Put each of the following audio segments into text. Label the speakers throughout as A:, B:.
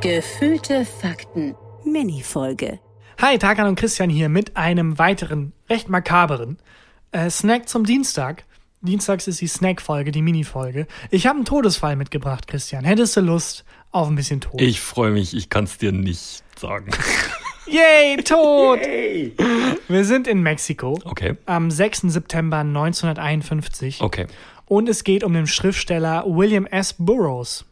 A: Gefühlte Fakten. Mini-Folge.
B: Hi, Tarkan und Christian hier mit einem weiteren recht makaberen äh, Snack zum Dienstag. Dienstags ist die Snack-Folge, die Mini-Folge. Ich habe einen Todesfall mitgebracht, Christian. Hättest du Lust auf ein bisschen Tod?
C: Ich freue mich, ich kann es dir nicht sagen.
B: Yay, Tod! Wir sind in Mexiko
C: Okay,
B: am 6. September 1951
C: okay.
B: und es geht um den Schriftsteller William S. Burroughs.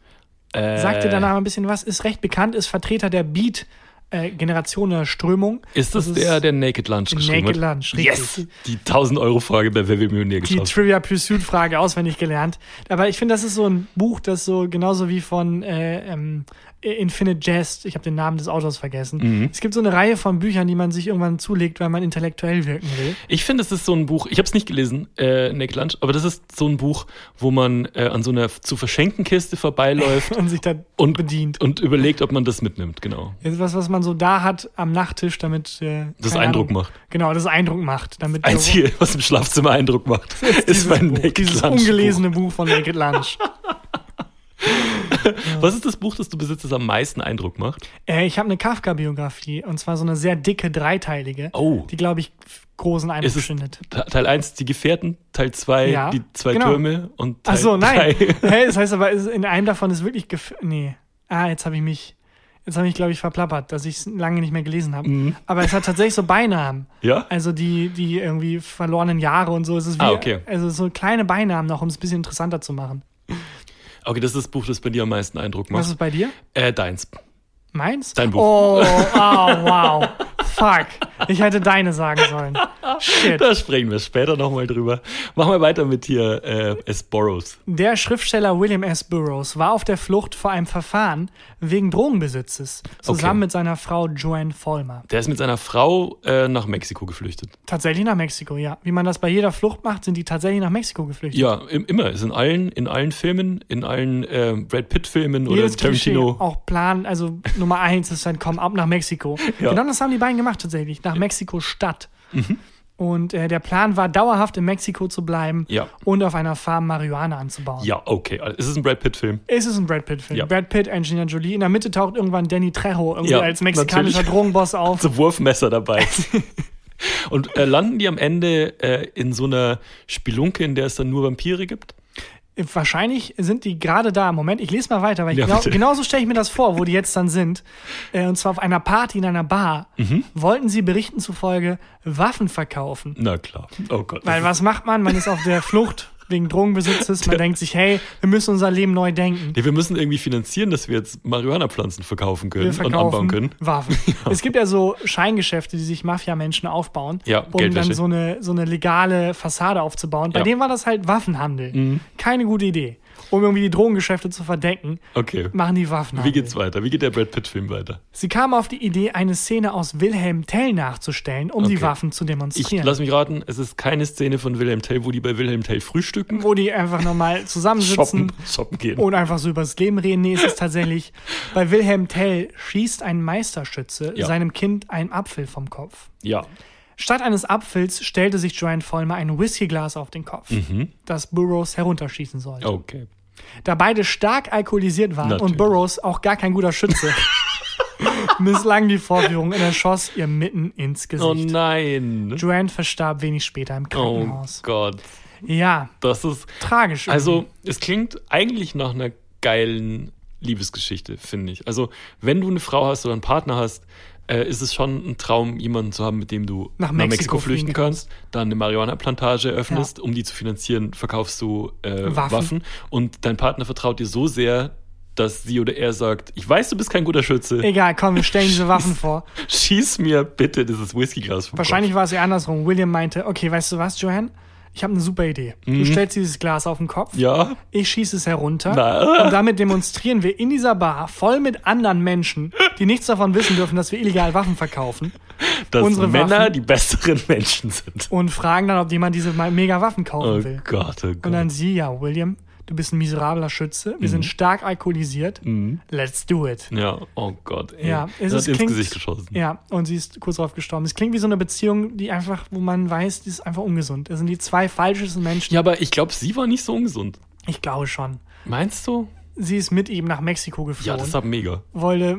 C: Äh,
B: Sagt dir danach ein bisschen was, ist recht bekannt, ist Vertreter der Beat-Generation der Strömung.
C: Äh, Ist das, der, der Naked Lunch geschrieben
B: Naked
C: hat?
B: Lunch,
C: Yes!
B: richtig.
C: Die 1000-Euro-Frage bei Wer wird Millionär
B: die
C: geschaut.
B: Trivia Pursuit Frage auswendig gelernt. Aber ich finde, das ist so ein Buch, das so genauso wie von äh, ähm, Infinite Jest, ich habe den Namen des Autors vergessen.
C: Mhm.
B: Es gibt so eine Reihe von Büchern, die man sich irgendwann zulegt, weil man intellektuell wirken will.
C: Ich finde, es ist so ein Buch, ich habe es nicht gelesen, äh, Naked Lunch, aber das ist so ein Buch, wo man äh, an so einer zu verschenken Kiste vorbeiläuft
B: Und sich da
C: und
B: bedient.
C: und überlegt, ob man das mitnimmt, genau.
B: Das ist was, was man so da hat am Nachttisch, damit. Äh,
C: Das
B: keine
C: Eindruck
B: Ahnung,
C: macht.
B: Genau, das Eindruck macht. Damit
C: Einzige, was im Schlafzimmer Eindruck macht, ist, mein
B: Buch,
C: Naked
B: dieses
C: Lunch. Buch.
B: ungelesene Buch von Naked Lunch.
C: Was ist das Buch, das du besitzt, das am meisten Eindruck macht?
B: äh, ich habe eine Kafka-Biografie und zwar so eine sehr dicke, dreiteilige,
C: Oh.
B: die, glaube ich, großen Eindruck
C: Ist es
B: schindet.
C: Te- Teil 1 die Gefährten, Teil 2
B: Ja,
C: die zwei
B: genau.
C: Türme und Teil
B: Ach so, nein.
C: drei-
B: Hä, das heißt aber, es- in einem davon ist wirklich gef Nee. Ah, jetzt habe ich mich. Jetzt habe ich, glaube ich, verplappert, dass ich es lange nicht mehr gelesen habe.
C: Mhm.
B: Aber es hat tatsächlich so Beinamen.
C: Ja?
B: Also die, die irgendwie verlorenen Jahre und so. Es ist wie,
C: Ah, okay.
B: Also so kleine Beinamen noch, um es ein bisschen interessanter zu machen.
C: Okay, das ist das Buch, das bei dir am meisten Eindruck
B: Was
C: macht.
B: ist bei dir?
C: Äh, deins.
B: Meins?
C: Dein Buch.
B: Oh, oh wow. Fuck. Ich hätte deine sagen sollen. Shit.
C: Da sprechen wir später nochmal drüber. Machen wir weiter mit hier äh, S. Borrows.
B: Der Schriftsteller William S. Burroughs war auf der Flucht vor einem Verfahren wegen Drogenbesitzes, zusammen
C: Okay.
B: mit seiner Frau Joanne Vollmer.
C: Der ist mit seiner Frau äh, nach Mexiko geflüchtet.
B: Tatsächlich nach Mexiko, ja. Wie man das bei jeder Flucht macht, sind die tatsächlich nach Mexiko geflüchtet.
C: Ja, im, immer. Ist in allen, in allen Filmen, in allen äh, Brad Pitt-Filmen oder
B: Jedes Tarantino.
C: Tarantino.
B: Klischee, auch Plan, also Nummer eins ist dann, komm ab nach Mexiko.
C: Ja. Mhm.
B: Genau das haben die beiden gemacht tatsächlich, nach Mexiko-Stadt. Und äh, der Plan war, dauerhaft in Mexiko zu bleiben
C: Ja.
B: und auf einer Farm Marihuana anzubauen.
C: Ja, okay. Also, Es ist ein Brad Pitt-Film.
B: Es ist ein Brad Pitt-Film.
C: Ja.
B: Brad Pitt, Angelina Jolie. In der Mitte taucht irgendwann Danny Trejo irgendwie
C: Ja,
B: als mexikanischer
C: natürlich.
B: Drogenboss auf.
C: So Wurfmesser dabei. Und äh, landen die am Ende äh, in so einer Spelunke, in der es dann nur Vampire gibt?
B: Wahrscheinlich sind die gerade da. Moment, ich lese mal weiter, weil ich
C: Ja,
B: genau,
C: bitte.
B: genauso stelle ich mir das vor, wo die jetzt dann sind. Äh, Und zwar auf einer Party in einer Bar
C: Mhm.
B: wollten sie Berichten zufolge Waffen verkaufen.
C: Na klar. Oh Gott.
B: Weil was macht man? Man ist auf der Flucht wegen Drogenbesitzes. Man denkt sich, hey, wir müssen unser Leben neu denken.
C: Nee, wir müssen irgendwie finanzieren, dass wir jetzt Marihuana-Pflanzen verkaufen können
B: Wir
C: und anbauen
B: verkaufen
C: können.
B: Waffen. Es gibt ja so Scheingeschäfte, die sich Mafia-Menschen aufbauen,
C: Ja,
B: um dann
C: Geldwäsche.
B: so eine, so eine legale Fassade aufzubauen. Bei
C: Ja. Mhm.
B: denen war das halt Waffenhandel. Keine gute Idee. Um irgendwie die Drogengeschäfte zu verdecken,
C: Okay.
B: machen die Waffenhandel.
C: Wie geht's weiter? Wie geht der Brad Pitt-Film weiter?
B: Sie kamen auf die Idee, eine Szene aus Wilhelm Tell nachzustellen, um die
C: Okay.
B: Waffen zu
C: Ich
B: demonstrieren.
C: lass mich raten, es ist keine Szene von Wilhelm Tell, wo die bei Wilhelm Tell frühstücken,
B: wo die einfach nochmal zusammensitzen
C: shoppen, shoppen gehen.
B: und einfach so übers Leben reden. Nee, es ist tatsächlich, bei Wilhelm Tell schießt ein Meisterschütze
C: Ja.
B: seinem Kind einen Apfel vom Kopf.
C: Ja.
B: Statt eines Apfels stellte sich Joanne Vollmer ein Whiskyglas auf den Kopf,
C: Mhm.
B: das Burroughs herunterschießen sollte.
C: Okay.
B: Da beide stark alkoholisiert waren
C: Oh. Natürlich.
B: und Burroughs auch gar kein guter Schütze, misslang die Vorführung und er schoss ihr mitten ins Gesicht.
C: Oh nein.
B: Joanne verstarb wenig später im
C: Oh
B: Krankenhaus.
C: Gott.
B: Ja,
C: Das ist.
B: tragisch.
C: Also,
B: irgendwie.
C: es klingt eigentlich nach einer geilen Liebesgeschichte, finde ich. Also, wenn du eine Frau hast oder einen Partner hast, äh, ist es schon ein Traum, jemanden zu haben, mit dem du
B: Nach
C: nach,
B: Mexiko
C: Mexiko,
B: fliegen
C: flüchten kannst, dann eine Marihuana-Plantage eröffnest, um die zu finanzieren, verkaufst du äh,
B: Waffen.
C: Waffen. und dein Partner vertraut dir so sehr, dass sie oder er sagt, ich weiß, du bist kein guter Schütze,
B: Egal, komm, wir stellen diese Waffen vor.
C: schieß mir bitte dieses Whiskyglas vom
B: Wahrscheinlich war es eher andersrum. William meinte, okay, weißt du was, Joanne? Ich habe eine super Idee. Du stellst dieses Glas auf den Kopf.
C: Kopf. Mhm. Ja,
B: Ich schieße es herunter.
C: Na.
B: Und damit demonstrieren wir in dieser Bar voll mit anderen Menschen, die nichts davon wissen dürfen, dass wir illegal Waffen verkaufen.
C: dass
B: Unsere
C: Männer
B: Waffen.
C: die besseren Menschen sind.
B: Und fragen dann, ob jemand diese mal- mega Waffen kaufen
C: Oh
B: will.
C: Gott, oh Gott.
B: Und dann sie, ja, William, du bist ein miserabler Schütze.
C: Mhm.
B: Wir sind stark alkoholisiert. Let's do it.
C: Ja, oh Gott, ey.
B: Ja, es
C: es hat
B: ist,
C: ins
B: klingt,
C: Gesicht geschossen.
B: Ja, und sie ist kurz darauf gestorben. Es klingt wie so eine Beziehung, die einfach, wo man weiß, die ist einfach ungesund. Das sind die zwei falschesten Menschen.
C: Ja, aber ich glaube, sie war nicht so ungesund.
B: Ich glaube schon.
C: Meinst du?
B: sie ist mit ihm nach Mexiko geflohen.
C: Ja, das war mega.
B: wollte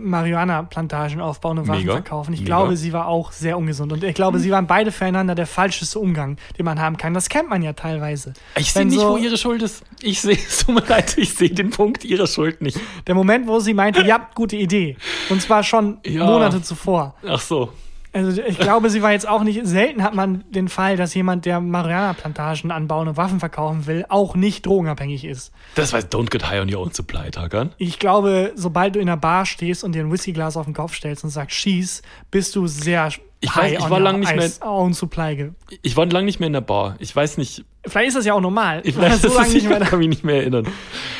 B: Marihuana-Plantagen aufbauen und Waffen
C: Mega.
B: verkaufen. Ich
C: Mega. Hm.
B: glaube, sie war auch sehr ungesund. Und ich glaube, sie waren beide füreinander der falscheste Umgang, den man haben kann. Das kennt man ja teilweise.
C: Ich sehe
B: Wenn
C: nicht,
B: so
C: wo ihre Schuld ist. Ich sehe, es tut mir leid, ich sehe den Punkt ihrer Schuld nicht.
B: Der Moment, wo sie meinte, ja, gute Idee. Und zwar schon
C: Ja.
B: Monate zuvor.
C: Ach so.
B: Also ich glaube, sie war jetzt auch nicht. Selten hat man den Fall, dass jemand, der Marihuana-Plantagen anbauen und Waffen verkaufen will, auch nicht drogenabhängig ist.
C: Das war Don't Get High on Your Own Supply, Tagan.
B: Ich glaube, sobald du in einer Bar stehst und dir ein Whiskyglas auf den Kopf stellst und sagst, schieß, bist du sehr
C: Ich
B: high
C: weiß- ich
B: on
C: war
B: your
C: lang nicht mehr-
B: ice- on supply ge-
C: Ich war lange nicht mehr in der Bar. Ich weiß nicht,
B: Vielleicht ist das ja auch normal.
C: ich weiß,
B: so
C: das
B: lange
C: ist,
B: nicht
C: ich
B: mehr da.
C: kann mich nicht mehr erinnern.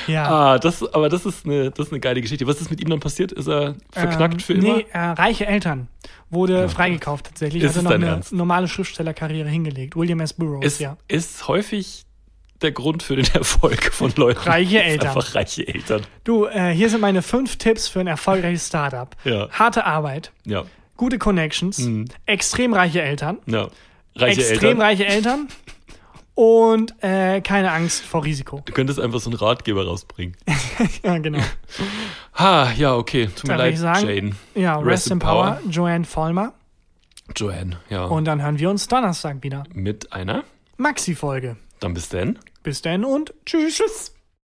B: Ja.
C: Ah, das, aber das ist, eine, das ist eine geile Geschichte. Was ist mit ihm dann passiert? Ist er verknackt
B: Ähm,
C: Ah, für immer?
B: Nee, äh, reiche Eltern. Wurde freigekauft tatsächlich.
C: Ist
B: Hatte
C: es
B: noch
C: dein
B: eine
C: Ernst?
B: normale Schriftstellerkarriere hingelegt. William S. Burroughs,
C: ist,
B: ja.
C: ist häufig der Grund für den Erfolg von Leuten.
B: Reiche
C: Ist
B: Eltern.
C: Einfach reiche Eltern.
B: Du, äh, hier sind meine fünf Tipps für ein erfolgreiches Startup.
C: Ja.
B: Harte Arbeit,
C: Ja,
B: gute Connections, extrem reiche Eltern,
C: ja. Reiche
B: extrem
C: Eltern.
B: Mhm. reiche Eltern und äh, keine Angst vor Risiko.
C: Du könntest einfach so einen Ratgeber rausbringen.
B: Ja, genau.
C: Ha, ja, okay. Tut
B: Da
C: mir
B: würde
C: leid,
B: ich sagen,
C: Jane.
B: ja, Rest, in Power, Oh. Joanne Vollmer.
C: Joanne, ja.
B: Und dann hören wir uns Donnerstag wieder.
C: mit einer.
B: Maxi-Folge.
C: Dann bis denn.
B: Bis dann und tschüss.